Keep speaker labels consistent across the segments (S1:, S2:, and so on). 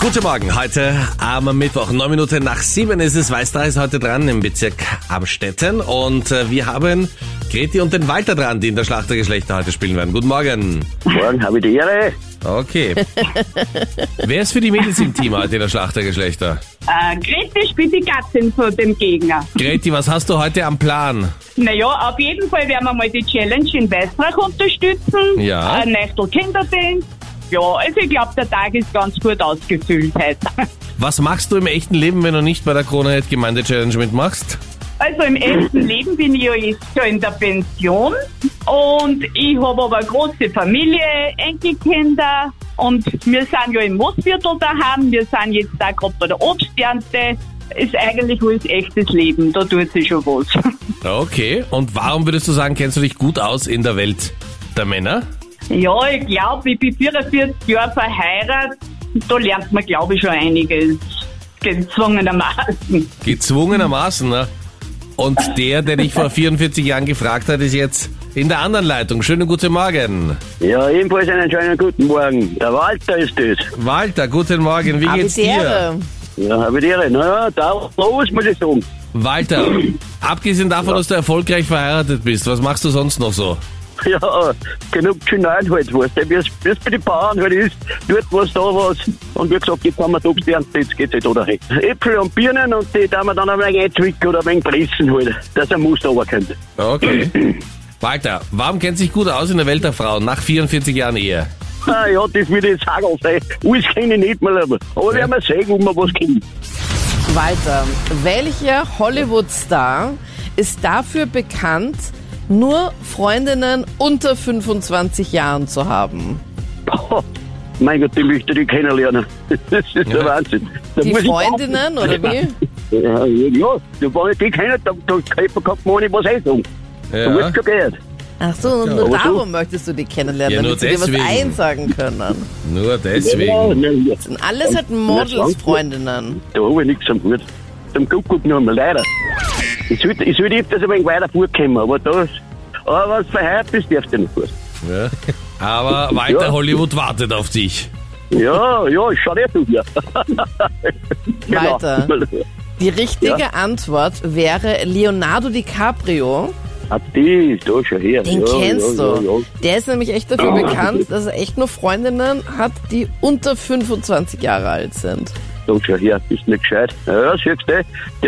S1: Guten Morgen, heute am Mittwoch, neun Minuten nach sieben ist es. Weißdrei ist heute dran im Bezirk Amstetten und äh, wir haben Greti und den Walter dran, die in der Schlacht der Geschlechter heute spielen werden. Guten Morgen.
S2: Morgen habe ich die Ehre.
S1: Okay. Wer ist für die Mädels im Team heute in der Schlacht der Geschlechter?
S3: Äh, Grete spielt die Gattin von dem Gegner.
S1: Greti, was hast du heute am Plan?
S3: Naja, auf jeden Fall werden wir mal die Challenge in Weißrach unterstützen.
S1: Ja.
S3: Äh, Nechtel Kinderdienst. Ja, also ich glaube, der Tag ist ganz gut ausgefüllt heute.
S1: Was machst du im echten Leben, wenn du nicht bei der Krone-Hit-Gemeinde-Challenge mitmachst?
S3: Also im echten Leben bin ich ja jetzt schon in der Pension und ich habe aber eine große Familie, Enkelkinder und wir sind ja im Mostviertel daheim, wir sind jetzt da gerade bei der Obsternte. Ist eigentlich alles echtes Leben, da tut sich schon was.
S1: Okay, und warum würdest du sagen, kennst du dich gut aus in der Welt der Männer?
S3: Ja, ich glaube, ich bin 44 Jahre verheiratet, da lernt man glaube ich schon einiges. Gezwungenermaßen.
S1: Gezwungenermaßen, ne? Und der, der dich vor 44 Jahren gefragt hat, ist jetzt in der anderen Leitung. Schönen guten Morgen.
S2: Ja, ebenfalls einen schönen guten Morgen. Der Walter ist das.
S1: Walter, guten Morgen. Wie geht's dir?
S4: Abidere.
S2: Ja, habe ich die Ehre. Naja, da los, muss ich sagen.
S1: Walter, abgesehen davon, dass du erfolgreich verheiratet bist, was machst du sonst noch so?
S2: Ja, genug Genial halt, weißt du. Wie es wie es bei den Bauern halt ist, dort was, da was. Und wie gesagt, jetzt haben wir Obstern, jetzt geht's halt oder hin. Äpfel und Birnen und die da wir dann ein wenig einzwicken oder ein wenig pressen halt, dass er Muster runterkommt.
S1: Okay. Walter, warum kennt sich gut aus in der Welt der Frauen nach 44 Jahren Ehe?
S2: Ah ja, das würde ich sagen, ey. Alles kenne ich nicht mehr, aber, aber werden wir sehen, ob wir was können.
S4: Weiter. Welcher Hollywood-Star ist dafür bekannt, nur Freundinnen unter 25 Jahren zu haben?
S2: Boah, mein Gott, die möchte ich kennenlernen. Das ist der Wahnsinn. Da
S4: Die
S2: muss ich
S4: Freundinnen oder wie?
S2: Ja, ja, da war ich die keine, da, da kann man mir nicht was essen. Da
S1: Ja.
S2: wird schon gehen.
S4: Ach so, und nur
S2: Aber du-
S4: darum möchtest du die kennenlernen,
S1: Ja, nur
S4: damit sie dir was
S1: deswegen.
S4: einsagen können.
S1: Nur
S2: Ja,
S1: deswegen.
S2: nein, ja.
S4: Und alles hat Models, Freundinnen.
S2: Da habe ich nichts am Hut. Zum Kuckuck nur einmal, leider. Ich sollte, ich sollte öfters ein wenig weiter vorkommen, aber das, aber was verheiratet bist, darfst du nicht gut.
S1: Ja. Aber Walter,
S2: Genau. Ja.
S1: Hollywood wartet auf dich.
S2: Ja, ja, ich schau dir zu Genau. mir.
S4: Weiter. Die richtige Antwort wäre Leonardo DiCaprio.
S2: Ah, die, da schon her.
S4: Den
S2: ja,
S4: kennst
S2: ja,
S4: du.
S2: Ja, ja.
S4: Der ist nämlich echt dafür bekannt, dass er echt nur Freundinnen hat, die unter 25 Jahre alt sind.
S2: Da schon her, bist nicht gescheit. Ja, siehst du, der,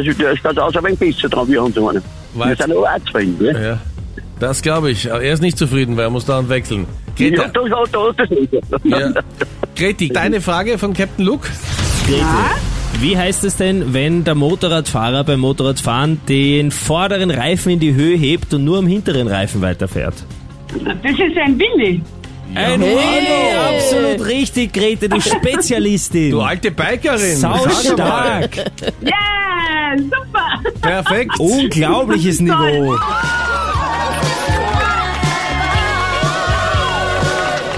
S2: ist- der ist gerade aus ein wenig besser dran wie uns einen. Wir
S1: Weiß-
S2: sind aber auch zwei, gell?
S1: Ja. Das glaube ich. Aber er ist nicht zufrieden, weil er muss dauernd wechseln.
S2: Ja,
S1: Greta,
S2: das hat das, das nicht.
S1: ja. Greti, deine Frage von Captain Luke?
S5: Wie heißt es denn, wenn der Motorradfahrer beim Motorradfahren den vorderen Reifen in die Höhe hebt und nur am hinteren Reifen weiterfährt?
S3: Das ist ein Willi.
S5: Ein
S4: Hey.
S5: Hallo! Absolut richtig, Grete, du Spezialistin!
S1: Du alte Bikerin.
S5: Sau
S1: Sag mal.
S5: stark!
S3: Ja, super.
S1: Perfekt.
S5: Unglaubliches Niveau!